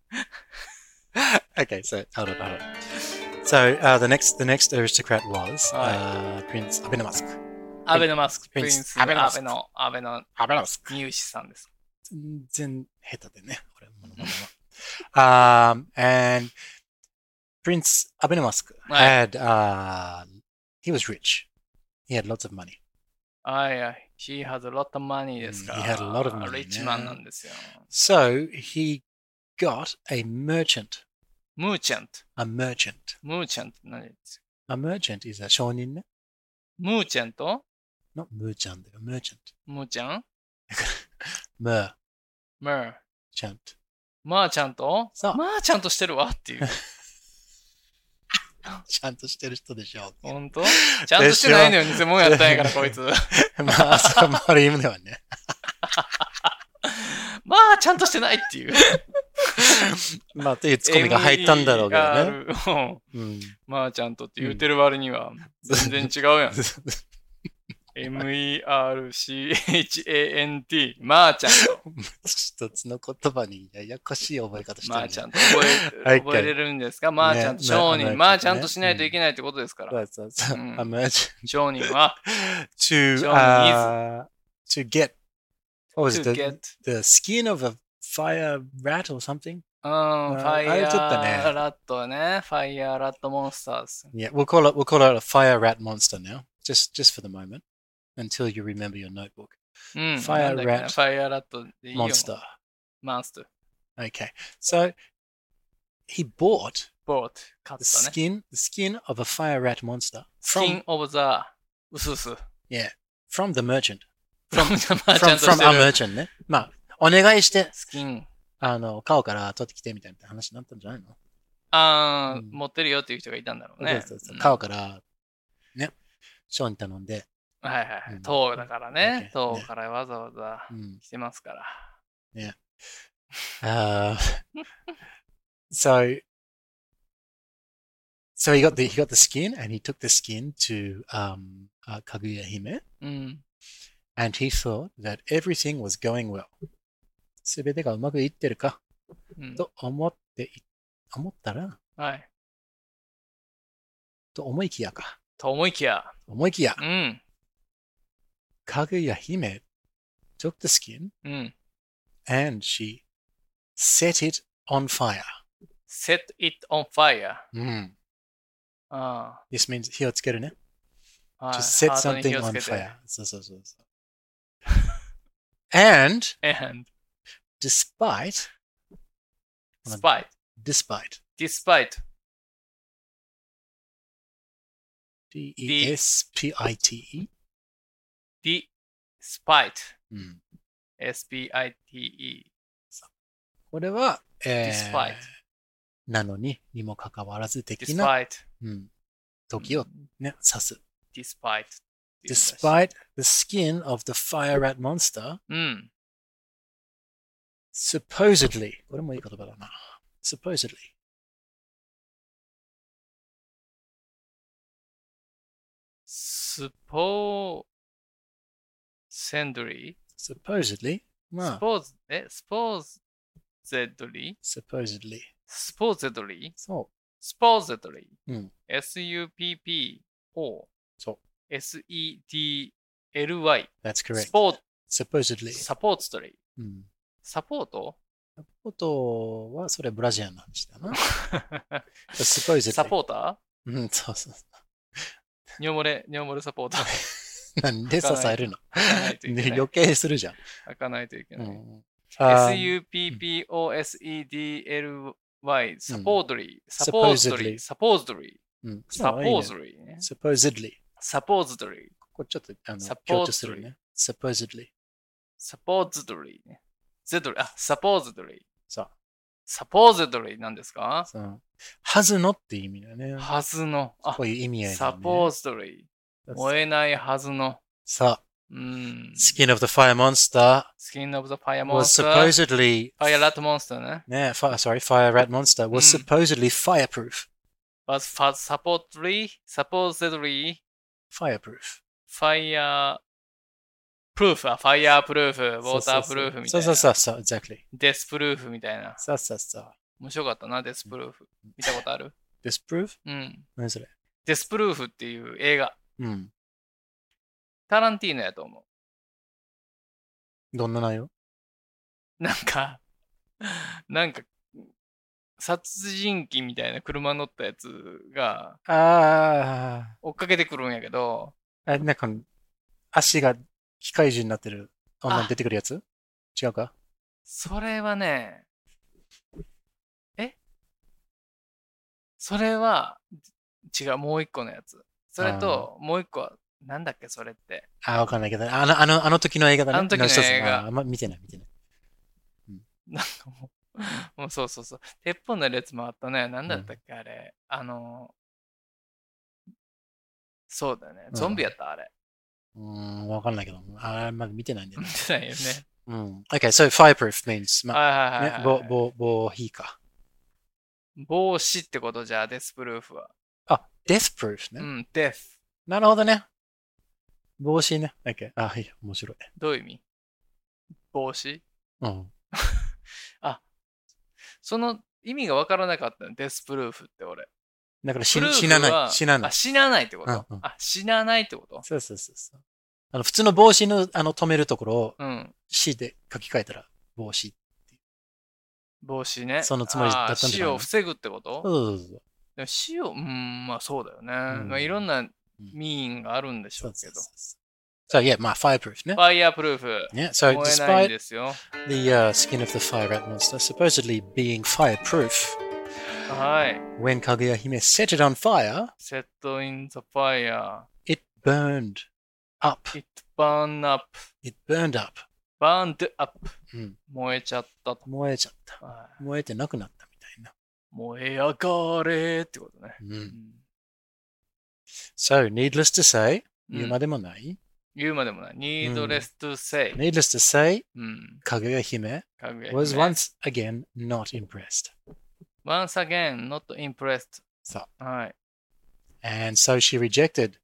Speaker 7: okay, so hold on, hold on. So uh, the next the next aristocrat was uh, Prince Abenomask.
Speaker 1: アベノマスク、プリン
Speaker 7: Prince
Speaker 1: ス、アベ
Speaker 7: アベノマ
Speaker 1: ノ
Speaker 7: スク、
Speaker 1: アベノ、
Speaker 7: Abenomask.
Speaker 1: ニューシさんです。
Speaker 7: 全然下手でね。俺ものまねは um, and Prince Abenomask
Speaker 1: はい
Speaker 7: had uh, he was rich. He had lots of money.
Speaker 1: はいはい。He has a lot of money ですから。
Speaker 7: He had a lot of money ね
Speaker 1: リッチマンなんですよ。
Speaker 7: So he got a merchant.
Speaker 1: ムーチャント。
Speaker 7: A merchant.
Speaker 1: ムーチャントって何ですか
Speaker 7: A merchant is a shonin ね。
Speaker 1: ムーチャント
Speaker 7: not merchant, a merchant.
Speaker 1: ムーちゃん
Speaker 7: Merchant.
Speaker 1: ムー。マーちゃんと
Speaker 7: さあ
Speaker 1: マーちゃんとしてるわって いう。
Speaker 7: ちゃんとしてる人でしょう。
Speaker 1: ほんとちゃんとしてないのよ。偽物やったんやから、こいつ。
Speaker 7: まあ、そのある意味ではね。
Speaker 1: まあ、ちゃんとしてないっていう。
Speaker 7: まあ、と いうツッコミが入ったんだろうけどね。
Speaker 1: ね。
Speaker 7: うん、
Speaker 1: まあ、ちゃんとって言うてる割には、全然違うやん。 MERCHANT、マーちゃんと、
Speaker 7: 一つの言葉にややこしい覚え方してる、
Speaker 1: マ
Speaker 7: ね。
Speaker 1: ーちゃんと覚
Speaker 7: は
Speaker 1: え
Speaker 7: い
Speaker 1: 覚えれるんですかマーちゃんと
Speaker 7: ね
Speaker 1: 商人、
Speaker 7: ね
Speaker 1: マーちゃんとしないといけないってことですから。
Speaker 7: そうそうそう。
Speaker 1: うん
Speaker 7: Emerge
Speaker 1: 商人 は、
Speaker 7: to,
Speaker 1: Johnny's-
Speaker 7: uh, to get, what was it,
Speaker 1: to
Speaker 7: the,
Speaker 1: get
Speaker 7: the skin of a fire rat or something?
Speaker 1: うん、ファイ
Speaker 7: あれ
Speaker 1: ヤ
Speaker 7: ちょっとね
Speaker 1: ーラットね。ファイヤーラットモンスターズ。
Speaker 7: Yeah, we'll call it, we'll call it a fire rat monster now, just, just for the moment, until you remember your notebook.
Speaker 1: うん。な
Speaker 7: Fire
Speaker 1: んだっけな
Speaker 7: rat
Speaker 1: ファイヤーラットでいいよ。
Speaker 7: Monster.
Speaker 1: モンスター。
Speaker 7: Okay. So he bought
Speaker 1: ボート。買っ
Speaker 7: the
Speaker 1: たね。
Speaker 7: skin, the skin of a fire rat monster
Speaker 1: ス
Speaker 7: from
Speaker 1: キンオブザウスウ ス。
Speaker 7: from the merchant.
Speaker 1: フロムジャマーちゃ
Speaker 7: From,
Speaker 1: んとし
Speaker 7: from
Speaker 1: て
Speaker 7: our
Speaker 1: る。
Speaker 7: merchant ね。まあ、お願いして、
Speaker 1: スキン。
Speaker 7: あの、買うから取ってきてみたいな話になったんじゃないの、
Speaker 1: あー、
Speaker 7: うん
Speaker 1: 持ってるよっていう人がいたんだろう
Speaker 7: そう
Speaker 1: ね。
Speaker 7: そうそううん買うから、ね。商に頼んで、
Speaker 1: はいはいうはい
Speaker 7: ん。
Speaker 1: 塔だからね。
Speaker 7: うん
Speaker 1: 塔からわざわざ
Speaker 7: うん。
Speaker 1: 来てますから。
Speaker 7: Uh, so, so he got the, he got the skin and he took the skin to, um, uh, Kaguya Hime
Speaker 1: うん。
Speaker 7: and he thought that everything was going well. すべてがうまくいってるか
Speaker 1: うん、
Speaker 7: と思ってい、思ったら、
Speaker 1: はい。
Speaker 7: と思いきやか。
Speaker 1: と思いきや。
Speaker 7: 思いきや
Speaker 1: う、ん。
Speaker 7: かぐや姫 took the skin
Speaker 1: うん。
Speaker 7: and she set it on fire.
Speaker 1: set it on fire.
Speaker 7: うん。
Speaker 1: あ
Speaker 7: This means 火をつけるね。
Speaker 1: あ。はい
Speaker 7: To set
Speaker 1: ハートに
Speaker 7: something
Speaker 1: 火をつ
Speaker 7: on
Speaker 1: けて
Speaker 7: fire. そうそうそうそう。and
Speaker 1: And
Speaker 7: despite,
Speaker 1: spite.
Speaker 7: despite,
Speaker 1: Despite.
Speaker 7: E D-E-S-P-I-T-E.
Speaker 1: Despite.
Speaker 7: うん。
Speaker 1: S-P-I-T-E.
Speaker 7: これは、えー
Speaker 1: Despite
Speaker 7: なのに、にもかかわらず的な、
Speaker 1: Despite. Hmm.
Speaker 7: うん、時をね、指す。
Speaker 1: Despite.
Speaker 7: Despite the skin of the fire rat monster,
Speaker 1: うん。
Speaker 7: supposedly, これもいい言葉だな。supposedly.
Speaker 1: スポー、センドリ
Speaker 7: supposedly,
Speaker 1: ース
Speaker 7: まあ、
Speaker 1: ポーズ、え、スポーズ、ゼドリー
Speaker 7: supposedly.
Speaker 1: スポーゼドリー
Speaker 7: そ
Speaker 1: スポーゼドリ
Speaker 7: う。うん。
Speaker 1: ー ?S-U-P-P-O。。
Speaker 7: そう
Speaker 1: S-E-D-L-Y。
Speaker 7: That's
Speaker 1: ス
Speaker 7: correct.
Speaker 1: ポー
Speaker 7: supposedly. Hmm.
Speaker 1: ツ、サポーツドリー。
Speaker 7: うん。
Speaker 1: サポート
Speaker 7: ことは、それブラジルの話だな。supposedly.
Speaker 1: サポータ
Speaker 7: うん、そうそう。
Speaker 1: ー尿漏れ、尿漏れサポーター。
Speaker 7: なんで支えるの
Speaker 1: かない といけない
Speaker 7: で余計す るじゃん。
Speaker 1: 開かないといけない。
Speaker 7: あー
Speaker 1: SUPPOSEDLY、サポートリー、サポーズドリー、
Speaker 7: Supposedly
Speaker 1: サポーズドリー、
Speaker 7: うん
Speaker 1: サポーズ
Speaker 7: い
Speaker 1: ド
Speaker 7: いね
Speaker 1: リーね。
Speaker 7: supposedly.
Speaker 1: サポーズドリー、
Speaker 7: これちょっと、あの、
Speaker 1: Supposedly
Speaker 7: 強調するね。supposedly.
Speaker 1: サポーズドリーね。ゼドリー、あ、サポーズドリー。
Speaker 7: そう。
Speaker 1: サポーズドリーなんですか
Speaker 7: そのはずのっていう意味だよね。
Speaker 1: はずの。あ
Speaker 7: こ、ういう意味合いだ
Speaker 1: サ
Speaker 7: よね。
Speaker 1: ポーズドリー。燃えないはずの。
Speaker 7: さあ、
Speaker 1: うん。
Speaker 7: skin of the fire monster
Speaker 1: スキンオブザファイアモン
Speaker 7: was
Speaker 1: スター。フ
Speaker 7: supposedly
Speaker 1: ァイアラットモンスターね。
Speaker 7: ね、fire, sorry, fire rat monster was
Speaker 1: うん
Speaker 7: supposedly fireproof.
Speaker 1: was fast supposedly, supposedly
Speaker 7: fireproof.
Speaker 1: fire proof, あ、fire proof, water proof みた
Speaker 7: そ
Speaker 1: い
Speaker 7: うそう
Speaker 1: な。
Speaker 7: そうそう、exactly.
Speaker 1: デスプルーフみたいな。
Speaker 7: そうそうそう。
Speaker 1: 面白かったな、デスプルーフ。見たことある
Speaker 7: disprove?
Speaker 1: うん。
Speaker 7: 何それ
Speaker 1: デスプルーフっていう映画。
Speaker 7: うん。
Speaker 1: タランティーノやと思
Speaker 7: どんな内容
Speaker 1: う。なんか、なんか、殺人鬼みたいな車乗ったやつが
Speaker 7: あ
Speaker 1: 追っかけてくるんやけど、
Speaker 7: あ、あなんか、足が機械獣になってる女に出てくるやつ違うか
Speaker 1: それはね、えそれは、違う、もう一個のやつ。それと、もう一個は、なんだっけ、それって。
Speaker 7: ああ、わかんないけど、あの、あの、あの時の映画だね。
Speaker 1: あの時の映画
Speaker 7: 一つあーあんま見てない、見てない。
Speaker 1: なんかもう、もうそうそうそう。鉄砲の列もあったね。なんだったっけ、あれ。あの、そうだね。
Speaker 7: うん
Speaker 1: ゾンビやった、あ れ。
Speaker 7: うーん、わかんないけど、ああんま見てないんだよ
Speaker 1: 見
Speaker 7: ね。
Speaker 1: てないよね。
Speaker 7: うん。Okay, so fireproof means, ま
Speaker 1: はい
Speaker 7: あ、
Speaker 1: はい
Speaker 7: ね
Speaker 1: はい、
Speaker 7: 防、
Speaker 1: はい。
Speaker 7: 防、防火か。
Speaker 1: 帽子ってことじゃあ、デスプルーフは。
Speaker 7: あ、death proof
Speaker 1: う
Speaker 7: ね。
Speaker 1: ん、デス。
Speaker 7: なるほどね。帽子ね。OK。あ、はい、面白い。
Speaker 1: どういう意味帽子
Speaker 7: うん。
Speaker 1: その意味が分からなかったの。デスプルーフって俺。
Speaker 7: だから
Speaker 1: プ
Speaker 7: 死
Speaker 1: ルーフ
Speaker 7: 死なな。
Speaker 1: はい
Speaker 7: 死なない
Speaker 1: あ、。死なないってこと、
Speaker 7: うんうん
Speaker 1: あ、死なないってこと
Speaker 7: そうそうそうそう。あの、普通の帽子の、あの、止めるところを
Speaker 1: うん。
Speaker 7: 死で書き換えたら帽子。
Speaker 1: 帽子ね。
Speaker 7: そのつもりだったんだ
Speaker 1: あー死
Speaker 7: からね
Speaker 1: を防ぐってこと
Speaker 7: そうそうそうそう。
Speaker 1: でも死を、うん、まあそうだよね。
Speaker 7: ん
Speaker 1: まあいろんなミーンがあるんでしょうけ
Speaker 7: そう
Speaker 1: ど
Speaker 7: そう。そう。So yeah, まあ、fireproof ね
Speaker 1: フ。ァイヤープルーフ。
Speaker 7: Yeah, so
Speaker 1: 燃えないん
Speaker 7: despite
Speaker 1: ですよ。
Speaker 7: The uh, skin of the fire rat monster supposedly being fireproof.
Speaker 1: はい。
Speaker 7: When Kaguya Hime set it on fire,
Speaker 1: セットインザファイヤ
Speaker 7: it burned up.
Speaker 1: ー。It burn up.
Speaker 7: It burned up.
Speaker 1: burned up.
Speaker 7: うん
Speaker 1: 燃えちゃったと。
Speaker 7: 燃えちゃった。
Speaker 1: はい
Speaker 7: 燃えてなくなったみたいな。
Speaker 1: 燃え上がれってことね。う
Speaker 7: Mm.
Speaker 1: ん
Speaker 7: So, needless to say,
Speaker 1: うん
Speaker 7: 言うまでもない。
Speaker 1: 言うまでもない。needless to say.
Speaker 7: Needless to say,
Speaker 1: うん。
Speaker 7: Kaguya Hime
Speaker 1: かぐや姫
Speaker 7: was once again not impressed.
Speaker 1: Once again, not impressed.。
Speaker 7: そう
Speaker 1: はい。
Speaker 7: And so she rejected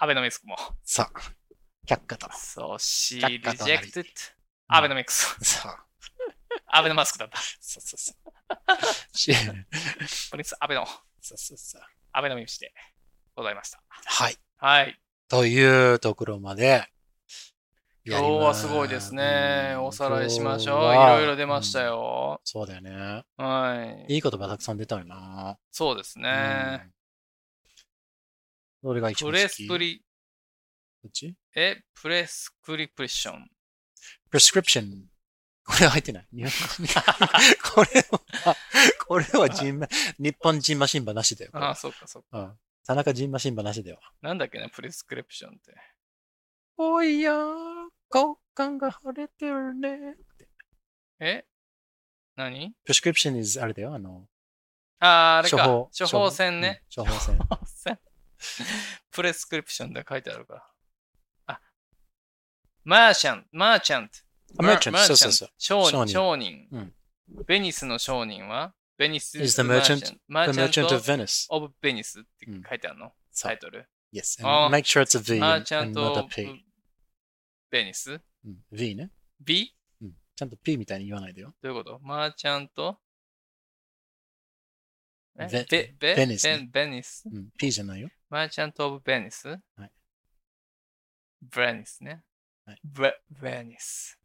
Speaker 1: アベノミクスも。
Speaker 7: さ、却下と。
Speaker 1: そう、she
Speaker 7: 却下となり
Speaker 1: rejected アベノミクス。
Speaker 7: さ、
Speaker 1: アベノマスクだった。
Speaker 7: そうそうそう。she-
Speaker 1: プリンスアベノ、
Speaker 7: そうそうそう。
Speaker 1: アベノミクスでございました。
Speaker 7: はい。
Speaker 1: はい。
Speaker 7: というところまで。
Speaker 1: 今日はすごいですね。
Speaker 7: うん
Speaker 1: おさらいしましょう。い
Speaker 7: 今日は
Speaker 1: ろいろ出ました
Speaker 7: うん
Speaker 1: よ。
Speaker 7: そうだよね。
Speaker 1: はい。
Speaker 7: いい言葉たくさん出たよな。
Speaker 1: そうですね。
Speaker 7: うん。どれが一番
Speaker 1: プ
Speaker 7: 好き
Speaker 1: レスプリ、
Speaker 7: こっち
Speaker 1: え、プレスクリプリション。
Speaker 7: prescription。これは入ってない。日本 語これは、これはジンマ、日本人マシンバなしだよ。これ
Speaker 1: ああ、そっかそっか。
Speaker 7: うん田中人マシンバなしだよ。
Speaker 1: なんだっけな、プレスクリプションって。
Speaker 7: おいや交換が腫れてるね。
Speaker 1: え何
Speaker 7: prescription is あれだよ。あの、
Speaker 1: ああ、あれか。処方箋ね。。
Speaker 7: うん処 方箋。
Speaker 1: 処方箋。プレスクリプションって書いてあるから。あ、マーシャン、マーチャント。
Speaker 7: あマーチャント
Speaker 1: マ
Speaker 7: そうそうそう
Speaker 1: 商人。商
Speaker 7: 商
Speaker 1: 人
Speaker 7: うん
Speaker 1: ベニスの商人はベニス
Speaker 7: Is the merchant-
Speaker 1: マ
Speaker 7: The
Speaker 1: ーチャ
Speaker 7: Merchant
Speaker 1: ン
Speaker 7: of
Speaker 1: ト
Speaker 7: Venice.
Speaker 1: オブベニスって
Speaker 7: うん
Speaker 1: 書いてあるの、
Speaker 7: そ
Speaker 1: タイ
Speaker 7: う。
Speaker 1: トル。
Speaker 7: Yes.
Speaker 1: あ
Speaker 7: And make sure it's a V
Speaker 1: マー
Speaker 7: and
Speaker 1: チャン
Speaker 7: and
Speaker 1: ト
Speaker 7: not
Speaker 1: オ
Speaker 7: a
Speaker 1: ブ
Speaker 7: P.
Speaker 1: ベニス
Speaker 7: うん V ね。
Speaker 1: ?B?
Speaker 7: うんちゃんと P みたいに言わないでよ。
Speaker 1: どういうことマーチャントえ
Speaker 7: ベ
Speaker 1: ベベ
Speaker 7: ベニスね
Speaker 1: ベベニス
Speaker 7: うん P じゃないよ。
Speaker 1: マーチャント・オブ・ベニス
Speaker 7: い
Speaker 1: ブレニスね。
Speaker 7: はい
Speaker 1: ブレニス。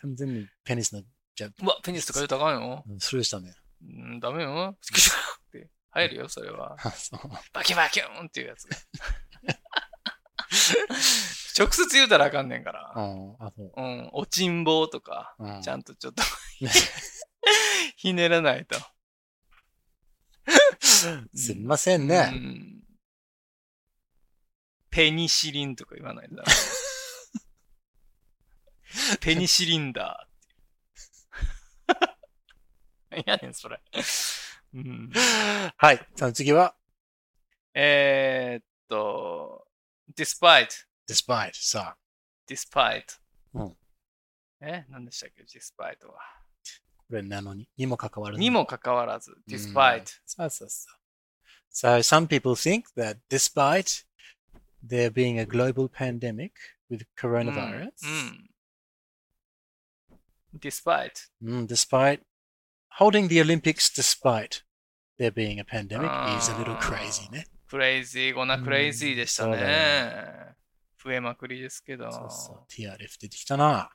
Speaker 7: 完全にペニスの、じゃ
Speaker 1: うわ、ペニスとか言うとあかんよ。
Speaker 7: うんスルーしたね。
Speaker 1: うん、ダメよ。スクシューって入るよ、それは。
Speaker 7: あそう
Speaker 1: バキバキューンっていうやつが。 直接言うたらあかんねんから。
Speaker 7: ああそう
Speaker 1: うん、おちんぼうとか、
Speaker 7: うん
Speaker 1: ちゃんとち ょっとひねらないと。
Speaker 7: すみませんね。
Speaker 1: うんペニシリンとか言わないと ダメペニシリンダーって。何やねん、それ。うん、
Speaker 7: はい。さあ次は、
Speaker 1: えーっと、despite,
Speaker 7: despite さあ、
Speaker 1: despite.
Speaker 7: うん
Speaker 1: え、何でしたっけ ?despite は。
Speaker 7: これなのに、にもかかわらず。
Speaker 1: にもかかわらず、
Speaker 7: うん
Speaker 1: despite.
Speaker 7: そうそうそう。So some people think that despite there being a global pandemic
Speaker 1: うん
Speaker 7: with coronavirus,、
Speaker 1: Hmm. うん despite.
Speaker 7: mm, despite holding the Olympics despite there being a pandemic is a little
Speaker 1: あー
Speaker 7: crazy ね。
Speaker 1: クレイジー、ごなクレイジーでした
Speaker 7: うんそうだ
Speaker 1: ね。増えまくりですけど。
Speaker 7: そうそう。TRF 出てきたな。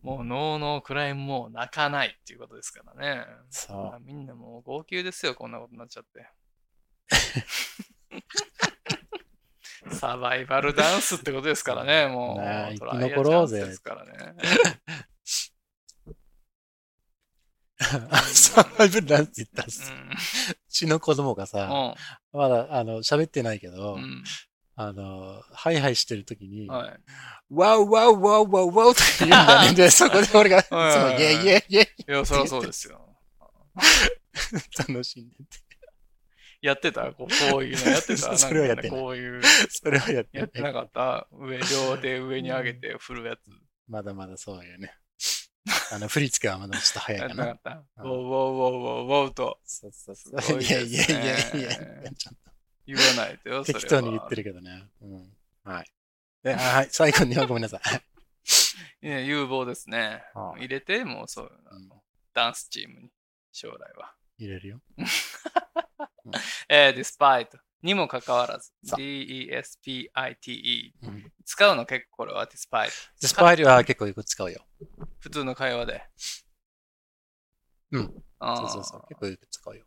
Speaker 1: もうノーノークライムもう泣かないっていうことですからね。
Speaker 7: そう。
Speaker 1: みんなもう号泣ですよ、こんなことになっちゃ って。サバイバルダンスってことですからね、も
Speaker 7: ね
Speaker 1: う。
Speaker 7: え
Speaker 1: トライアル
Speaker 7: 生き残ろうぜ
Speaker 1: ダンスですからね。
Speaker 7: サバイブランって言ったら
Speaker 1: Hmm.
Speaker 7: さうちの子供が
Speaker 1: う
Speaker 7: さ、
Speaker 1: ん。
Speaker 7: まだ、あの、喋ってないけど、
Speaker 1: うん。
Speaker 7: あの、ハイハイしてるときに、
Speaker 1: うん。はい。
Speaker 7: ワウワウワウワウワウ って言うんだね。で、そこで俺が、いつも、
Speaker 1: はいはい
Speaker 7: イェイイェイイェイ
Speaker 1: いや、そりゃそうですよ。
Speaker 7: 楽しんで て。
Speaker 1: やってたこうこういうのやってた
Speaker 7: それはやってない
Speaker 1: んかこういう、
Speaker 7: それはやっ
Speaker 1: やってて
Speaker 7: ない。
Speaker 1: なかった上、両手上に上げて振るやつ。
Speaker 7: まだまだそうよね。あの振り付けはまだちょっと早
Speaker 1: や
Speaker 7: い
Speaker 1: っ
Speaker 7: か
Speaker 1: てなか
Speaker 7: な。
Speaker 1: った。ウォー
Speaker 7: うん
Speaker 1: ウォーウォーウォーウォーと
Speaker 7: そうそうそ
Speaker 1: すごい
Speaker 7: いや
Speaker 1: です
Speaker 7: い
Speaker 1: ね
Speaker 7: やいやいや、ちゃん
Speaker 1: 言わないとよ。
Speaker 7: と適当に言って
Speaker 1: る。
Speaker 7: るけどね。うん、はい。で、あはい、最後にはごめん なさい。
Speaker 1: いや有望ですね。
Speaker 7: はい
Speaker 1: 入れて、もうそういうの
Speaker 7: うん
Speaker 1: ダンスチームに、将来は。
Speaker 7: 入れるよ。
Speaker 1: えー、despite にもかかわらず、
Speaker 7: そう
Speaker 1: despite。
Speaker 7: うん、
Speaker 1: 使うの結構これは despite。
Speaker 7: でスパイルは結構よく使うよ。
Speaker 1: 普通の会話で。
Speaker 7: うん。
Speaker 1: あー
Speaker 7: そうそうそう。結構よく使うよ。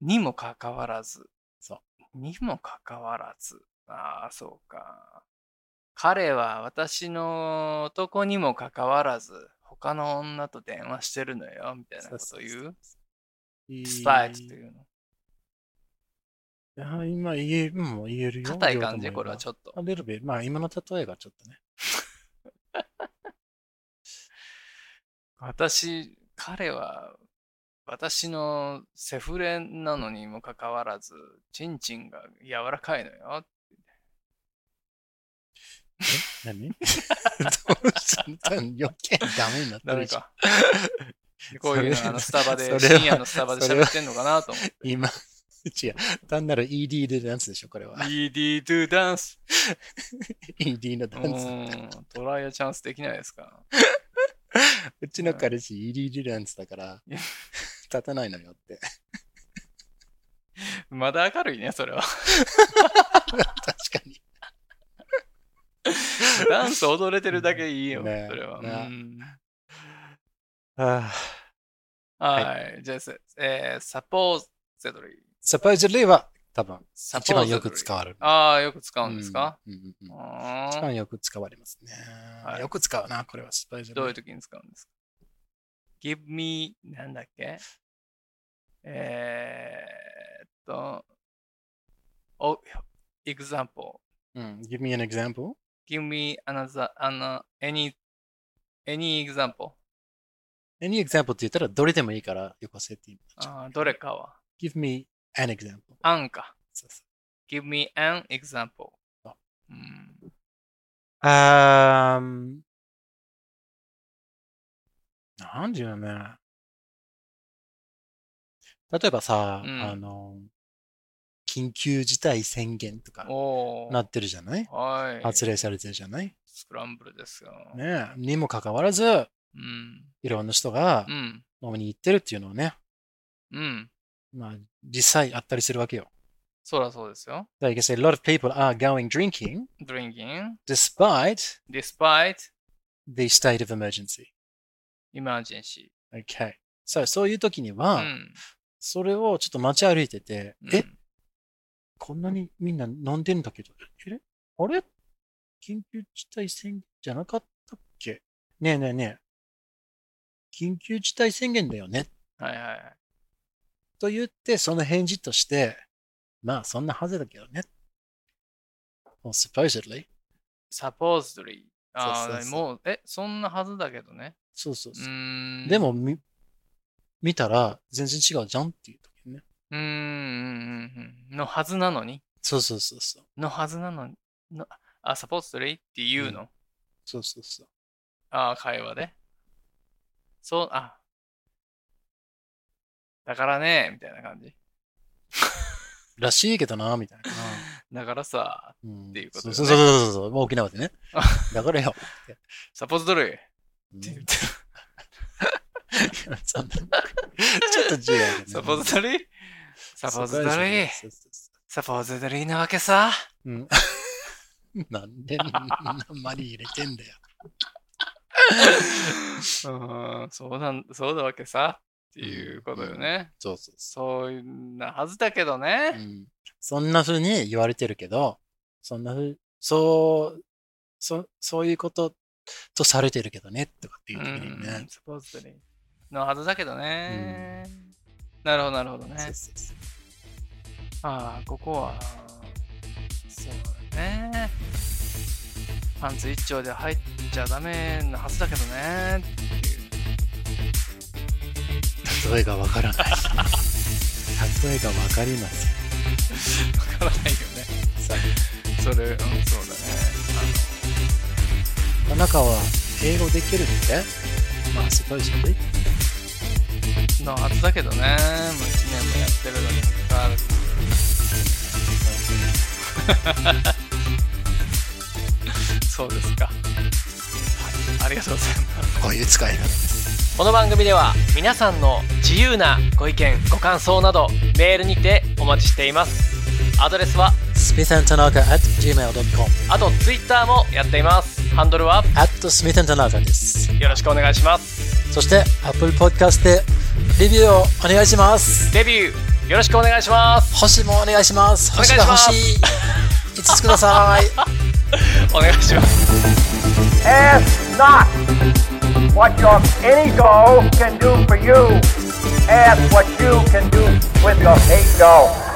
Speaker 1: にもかかわらず。
Speaker 7: そ
Speaker 1: にもかかわらず。ああ、そうか。彼は私の男にもかかわらず、他の女と電話してるのよ、みたいなことを言う。despite というの。
Speaker 7: いや今言え、うん、言えるよ。
Speaker 1: 硬い感じ、これはち
Speaker 7: ょっ
Speaker 1: ょっと。
Speaker 7: と。あ、レルベ、まあ今の例えがちょっとね。
Speaker 1: 私、彼は私のセフレなのにもかかわらず、チンチンが柔らかいのよ。
Speaker 7: え何 どうしたの 余計ダメになって
Speaker 1: ダメ
Speaker 7: るじゃん。
Speaker 1: か。 こういう
Speaker 7: それ
Speaker 1: のあのスタバで、
Speaker 7: それは
Speaker 1: 深夜のスタバで喋ってんのかなと思って。
Speaker 7: 今、 違う。単なる ED でダンスでしょ、これ は。
Speaker 1: ED to dance!
Speaker 7: ED の
Speaker 1: う
Speaker 7: ダンス。
Speaker 1: ーん、トライアチャンスできないですか
Speaker 7: うちの彼氏 ED ダンスだから、
Speaker 1: いや
Speaker 7: 立たないの よって。
Speaker 1: まだ明るいね、それ は。
Speaker 7: 確かに。
Speaker 1: ダンス踊れてるだけいいよ、
Speaker 7: ね
Speaker 1: それは。う
Speaker 7: ね
Speaker 1: ん
Speaker 7: ああ。
Speaker 1: はい。じゃあ、せえー、サポーセドリー。
Speaker 7: サプライズレイは多分、
Speaker 1: サ
Speaker 7: 一
Speaker 1: ポー
Speaker 7: 番
Speaker 1: セドリー
Speaker 7: よく使われる。
Speaker 1: ああ、よく使うんですか、
Speaker 7: うんうんうん
Speaker 1: う
Speaker 7: うん
Speaker 1: ーん
Speaker 7: 一番よく使われますね。
Speaker 1: はい
Speaker 7: よく使うな、これはサプライズレイ。
Speaker 1: どういう時に使うんですか ?Give me なんだっけえー、っと、お、example.
Speaker 7: うん、give me an example.
Speaker 1: Give me another, an, any, any example.
Speaker 7: Any example って言ったらどれでもいいからよこせって意味になっちゃう
Speaker 1: あーどれかは。
Speaker 7: Give me an example.
Speaker 1: an か。
Speaker 7: そうそう
Speaker 1: Give me an example.
Speaker 7: あ
Speaker 1: うん、
Speaker 7: あーんなんていうのね。例えばさ、
Speaker 1: うん
Speaker 7: あの、緊急事態宣言とか
Speaker 1: おー
Speaker 7: なってるじゃない
Speaker 1: はい。
Speaker 7: 発令されてるじゃない
Speaker 1: スクランブルですよ。
Speaker 7: ねえにもかかわらず、
Speaker 1: うん。
Speaker 7: いろんな人が
Speaker 1: うん。
Speaker 7: 飲みに行ってるっていうのをね、
Speaker 1: うん。
Speaker 7: まあ、実際あったりするわけよ。
Speaker 1: そらそうですよ。
Speaker 7: Like I say, a lot of people are going drinking
Speaker 1: Drinking
Speaker 7: despite
Speaker 1: despite
Speaker 7: the state of emergency.
Speaker 1: emergency.
Speaker 7: Okay. さあ、そういう時に
Speaker 1: う
Speaker 7: は、
Speaker 1: ん。
Speaker 7: それをちょっと街歩いてて、
Speaker 1: うん
Speaker 7: え、こんなにみんな飲んでんだけど、えあれ緊急事態宣言じゃなかったっけねえねえねえ。緊急事態宣言だよね。
Speaker 1: はいはいはい。
Speaker 7: と言って、その返事として、まあそんなはずだけどね。Well, supposedly.
Speaker 1: supposedly. あ
Speaker 7: そ
Speaker 1: あ
Speaker 7: うそうそう
Speaker 1: もう、え、そんなはずだけどね。
Speaker 7: そうそう
Speaker 1: う
Speaker 7: そう。
Speaker 1: ーん。
Speaker 7: で、も、み、見たら全然違うじゃんっていう時ね。
Speaker 1: うーんうん、うんうんのはずなのに、
Speaker 7: そうそうそうそう。
Speaker 1: のはずなのに、のあ、supposedly って言うの。
Speaker 7: そうそうそう。
Speaker 1: ああ、会話で。そう、あ。だからね、みたいな感じ。
Speaker 7: らしいけどな、みたいな。
Speaker 1: だからさ、
Speaker 7: うん
Speaker 1: っていうことだよね
Speaker 7: そうそうそうそうそう。もう沖縄でね
Speaker 1: あ。
Speaker 7: だからよ。
Speaker 1: supposedly って
Speaker 7: うん
Speaker 1: 言ってる。
Speaker 7: そんなちょっと違うよね。
Speaker 1: supposedly?
Speaker 7: そう
Speaker 1: supposedly?
Speaker 7: そうそうそ
Speaker 1: supposedly なわけさ。
Speaker 7: ううん。なんで、あんまり入れてんだよ。
Speaker 1: うん、そうなん、そうだわけさ。っていうことよね。
Speaker 7: そうそうそ
Speaker 1: そういうなはずだけど
Speaker 7: う。う
Speaker 1: ね。
Speaker 7: ん、そんな風に言われてるけど、そんな風そう、そ、そういうこととされてるけどね、とかっていうう時にね。
Speaker 1: スポーツに。のはずだけどね。なるほど、なるほどね。
Speaker 7: そうそうそう
Speaker 1: ああ、ここは、そうだね。パンツ一丁で入っちゃダメなはずだけどね。っていう
Speaker 7: 例えがわからない。例えがわかりません。
Speaker 1: わからないよね。
Speaker 7: さ
Speaker 1: それ、うん、そうだね。
Speaker 7: あ、田中は英語できるって、まあすごいじゃない
Speaker 8: のはずだけどね、もう1年もやってるのに関わらず。 そうですか。はい、ありがとうございます。
Speaker 7: こういう使い方。
Speaker 1: この番組では皆さんの自由なご意見ご感想などメールにてお待ちしていますアドレスは
Speaker 7: smithandtanaka at gmail.com
Speaker 1: あとツイッターもやっていますハンドルは
Speaker 7: at smithandtanaka です。
Speaker 1: よろしくお願いします
Speaker 7: そして、Apple Podcast でレビューをお願いします。
Speaker 1: デビューよろしくお願いします
Speaker 7: 星もお願いします。星が欲しい。5つください。
Speaker 1: お願いします
Speaker 9: Ask not what your any go can do for you. Ask what you can do with your ego.